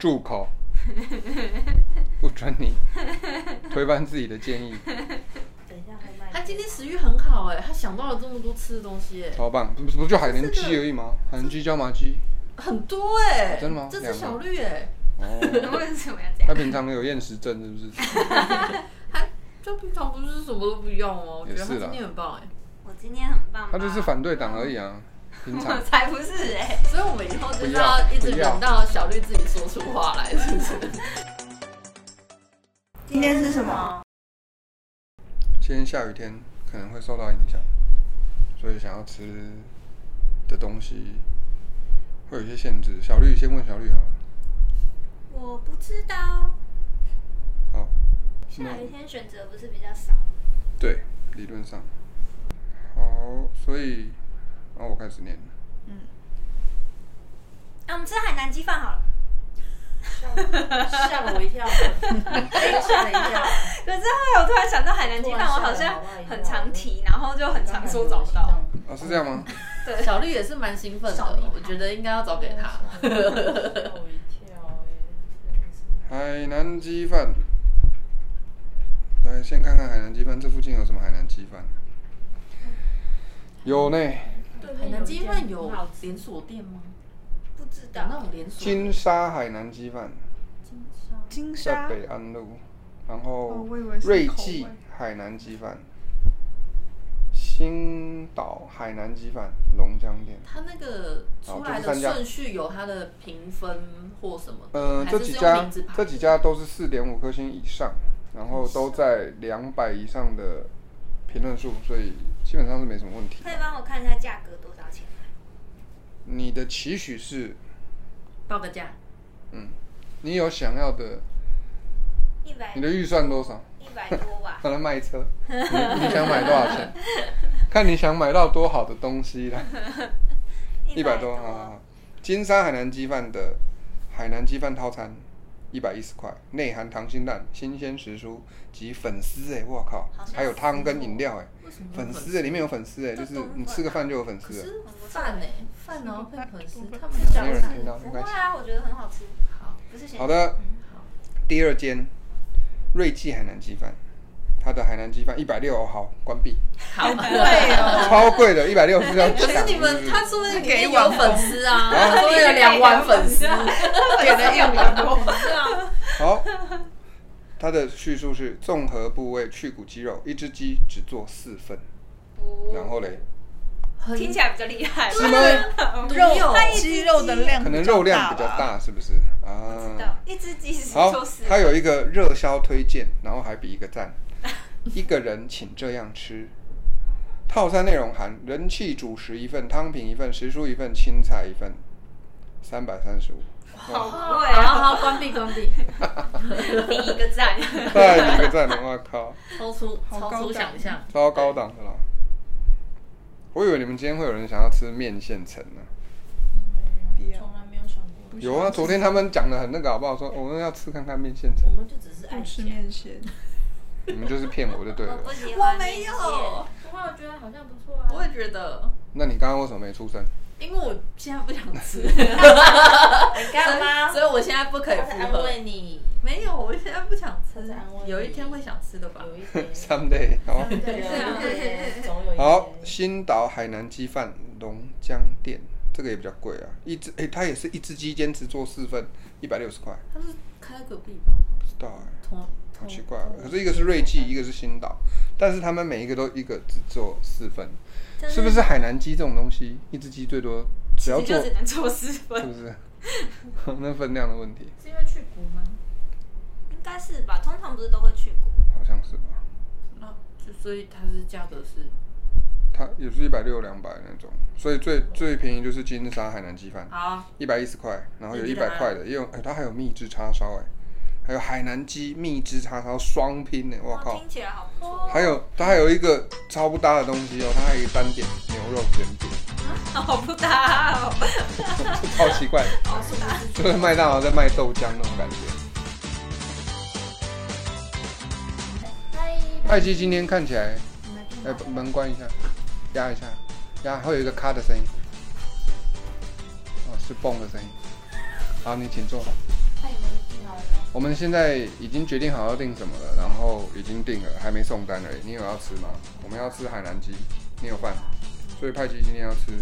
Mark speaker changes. Speaker 1: 住口！不准你推翻自己的建议，
Speaker 2: 等一下会卖。
Speaker 3: 他今天食欲很好哎、他想到了这么多吃的东西哎、
Speaker 1: 超棒！不不就海南鸡而已吗？海南鸡椒麻鸡。
Speaker 3: 很多哎、
Speaker 1: 哦真的吗
Speaker 3: 这只
Speaker 1: 两个
Speaker 3: 小绿哎、
Speaker 1: 哦，
Speaker 2: 为什么要这
Speaker 1: 他
Speaker 2: 样？
Speaker 1: 平常有厌食症是不是？
Speaker 3: 他就平常不是什么都不要吗？我觉
Speaker 1: 也
Speaker 3: 得他
Speaker 1: 是啦
Speaker 3: 今天很棒哎、
Speaker 2: 我今天很棒吧。
Speaker 1: 他就是反对党而已啊，平常
Speaker 2: 我才不是哎、
Speaker 3: 所以我们以后就是
Speaker 1: 不要
Speaker 3: 要一直
Speaker 1: 不要
Speaker 3: 等到小绿自己说出话来，是不是？
Speaker 4: 今天是什么？
Speaker 1: 今天下雨天可能会受到影响，所以想要吃的东西会有一些限制。小绿先问小绿好了，
Speaker 2: 我不知道。
Speaker 1: 好，
Speaker 2: 下雨天选择不是比较少？
Speaker 1: 对，理论上，好，所以，然后我开始念了，
Speaker 2: 那、我们吃海南鸡饭好了。
Speaker 3: 吓了我一跳，
Speaker 5: 哎
Speaker 4: 吓了一 跳，
Speaker 2: 可是后来我突然想到海南鸡饭，我好像很常提，然后就很常说找不到。
Speaker 1: 啊，是这样吗？
Speaker 3: 小绿也是蛮兴奋
Speaker 2: 小绿
Speaker 3: 的，我觉得应该要找给他。
Speaker 4: 吓我一跳哎！
Speaker 1: 海南鸡饭，来先看看海南鸡饭，这附近有什么海南鸡饭？有呢，
Speaker 3: 海南鸡饭有
Speaker 4: 很好吃
Speaker 3: 连锁店吗？
Speaker 2: 不知
Speaker 3: 有那种连锁店
Speaker 1: 金沙海南鸡饭
Speaker 4: 金
Speaker 1: 在
Speaker 4: 沙
Speaker 1: 北安路，然
Speaker 4: 哦
Speaker 1: 后
Speaker 4: 我以为是
Speaker 1: 瑞
Speaker 4: 口
Speaker 1: 记
Speaker 4: 味
Speaker 1: 海南鸡饭，新岛海南鸡饭龙江店。
Speaker 3: 它那个出
Speaker 1: 好就
Speaker 3: 来的
Speaker 1: 是三家
Speaker 3: 顺序有它的评分或什么的？
Speaker 1: 嗯，
Speaker 3: 还
Speaker 1: 这
Speaker 3: 是
Speaker 1: 几
Speaker 3: 是用
Speaker 1: 家
Speaker 3: 名字排
Speaker 1: 这几家都是四点五颗星以上，然后都在两百以上的评论数，所以基本上是没什么问题
Speaker 2: 可。以帮我看一下价格多少钱吗？
Speaker 1: 你的期许是，
Speaker 3: 报个价，
Speaker 1: 嗯，你有想要的，
Speaker 2: 一百
Speaker 1: 你的预算多少？
Speaker 2: 一百多吧。
Speaker 1: 他来卖车，你你想买多少钱？看你想买到多好的东西啦。一百多，好好好。金沙海南鸡饭的海南鸡饭套餐，一百一十块，内含溏心蛋、新鲜时蔬及粉丝哎、我靠
Speaker 2: 好像，是
Speaker 1: 还有汤跟饮料哎、
Speaker 3: 为什么会
Speaker 1: 粉
Speaker 3: 粉
Speaker 1: 丝哎、里面有粉丝哎、
Speaker 2: 这
Speaker 1: 就是
Speaker 2: 冬粉啊
Speaker 1: 你吃个饭就有粉
Speaker 3: 可
Speaker 1: 丝了。
Speaker 3: 是饭呢？饭然后配粉丝，他们
Speaker 1: 没有人听到，没
Speaker 2: 不
Speaker 1: 关
Speaker 2: 会
Speaker 1: 系。
Speaker 2: 啊，我觉得很好吃，
Speaker 3: 好，
Speaker 2: 不是咸
Speaker 1: 好的，
Speaker 3: 嗯
Speaker 1: 第二间瑞记海南鸡饭，它的海南鸡饭一百六好，关闭，
Speaker 3: 好贵
Speaker 4: 哦
Speaker 1: 超贵的，一百六是要
Speaker 3: 可是
Speaker 1: 抢。
Speaker 3: 你
Speaker 1: 是不
Speaker 3: 们，
Speaker 1: 是
Speaker 3: 他说不定给有粉丝啊，他说有
Speaker 2: 有
Speaker 3: 两
Speaker 2: 两
Speaker 3: 万
Speaker 2: 万
Speaker 3: 粉
Speaker 2: 粉
Speaker 3: 丝，
Speaker 4: 给了一碗多，
Speaker 1: 好，它的叙述是综合部位去骨鸡肉，一只鸡只做四份，
Speaker 3: 哦
Speaker 1: 然后 嘞，
Speaker 2: 听起来比较厉害，
Speaker 1: 是吗？
Speaker 3: 毒有
Speaker 4: 肌肉的量
Speaker 1: 可能肉量比较，大，是不是
Speaker 2: 知道
Speaker 1: 啊？
Speaker 2: 一只鸡是
Speaker 1: 好
Speaker 2: 就，是
Speaker 1: 它有一个热销推荐，然后还比一个 赞，一个人请这样吃。套餐内容含人气主食一份、汤品一份、时蔬一份、青菜一份，三百三 十五，
Speaker 2: 好贵
Speaker 3: 然后
Speaker 2: 啊，
Speaker 3: 他关闭关闭，
Speaker 2: 比一个赞。
Speaker 1: 再一个赞了，我靠，
Speaker 3: 超出超
Speaker 4: 好高
Speaker 3: 出
Speaker 4: 档
Speaker 3: 想象，
Speaker 1: 超高档的啦！我以为你们今天会有人想要吃面线层呢、
Speaker 4: 从
Speaker 5: 来没有想过。
Speaker 1: 有啊，昨天他们讲的很那个好不好？说我们要吃看看面线 层，
Speaker 5: 我们就只是哎爱
Speaker 4: 不
Speaker 5: 吃。
Speaker 4: 吃面线，
Speaker 1: 你们就是骗我就对
Speaker 2: 我
Speaker 1: 了。
Speaker 2: 不喜
Speaker 3: 我
Speaker 2: 欢
Speaker 3: 没有，
Speaker 5: 不过我觉得好像不错啊。
Speaker 3: 我也觉得，
Speaker 1: 那你刚刚为什么没出声？
Speaker 3: 因为我现在不想吃，
Speaker 5: 你干嘛？
Speaker 3: 所以我现在不可以
Speaker 5: 他在
Speaker 3: 复
Speaker 5: 安
Speaker 3: 合。
Speaker 5: 慰你，
Speaker 3: 没有，我现在不想吃
Speaker 5: 他在安慰，你
Speaker 3: 有一天会想吃的吧？
Speaker 5: 有一 点，
Speaker 1: Someday，好吗？
Speaker 5: 对，总有一天。
Speaker 1: 好，新岛海南鸡饭龙江店，这个也比较贵啊，一只诶，它也是一只鸡坚持做四份，一百六十块，
Speaker 3: 他是开隔壁吧？
Speaker 1: 不知道哎、
Speaker 3: 同
Speaker 1: 好
Speaker 3: 同
Speaker 1: 奇怪、啊可是一个是瑞记，一个是新岛，但是他们每一个都一个只做四份，是不是海南鸡这种东西，一只鸡最多只要
Speaker 2: 你
Speaker 1: 做
Speaker 2: 就只
Speaker 1: 是
Speaker 2: 能做四 分，
Speaker 1: 不是？ 那分量的问题，
Speaker 5: 是因为去骨吗？
Speaker 2: 应该是吧？通常不是都会去过，
Speaker 1: 好像是吧？
Speaker 3: 那就所以它是价格是
Speaker 1: 它也是一百六两百那种，所以最最便宜就是金沙海南鸡饭。
Speaker 3: 好，
Speaker 1: 一百一十块，然后有
Speaker 3: 你
Speaker 1: 一
Speaker 3: 记得
Speaker 1: 百
Speaker 3: 吗
Speaker 1: 块的，也有，哎、它还有蜜汁叉烧、哎，还有海南鸡蜜汁叉烧双拼呢、我
Speaker 2: 哇
Speaker 1: 靠
Speaker 2: 听！起来好不错，
Speaker 1: 还有它还有一个超不搭的东西哦，它还有一个单点牛肉卷饼，
Speaker 2: 好不搭 哦。
Speaker 1: 这 超奇怪，就是麦当劳在卖豆浆那种感觉。麦鸡今天看起来，哎、门关一下，压一下，压会有一个咔的声音，哦，是蹦的声音。好，你请坐。
Speaker 2: 欢迎
Speaker 1: 我们现在已经决定好要订什么了，然后已经订了，还没送单而已。你有要吃吗？我们要吃海南鸡，你有饭，所以派系今天要吃